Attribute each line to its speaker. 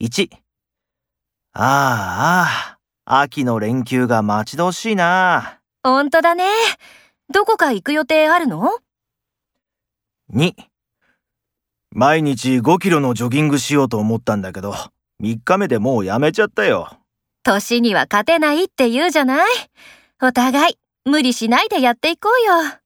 Speaker 1: 1ああああ秋の連休が待ち遠しいな
Speaker 2: ほんとだね。どこか行く予定あるの
Speaker 1: 2毎日5キロのジョギングしようと思ったんだけど3日目でもうやめちゃったよ
Speaker 2: 年には勝てないって言うじゃないお互い、無理しないでやっていこうよ。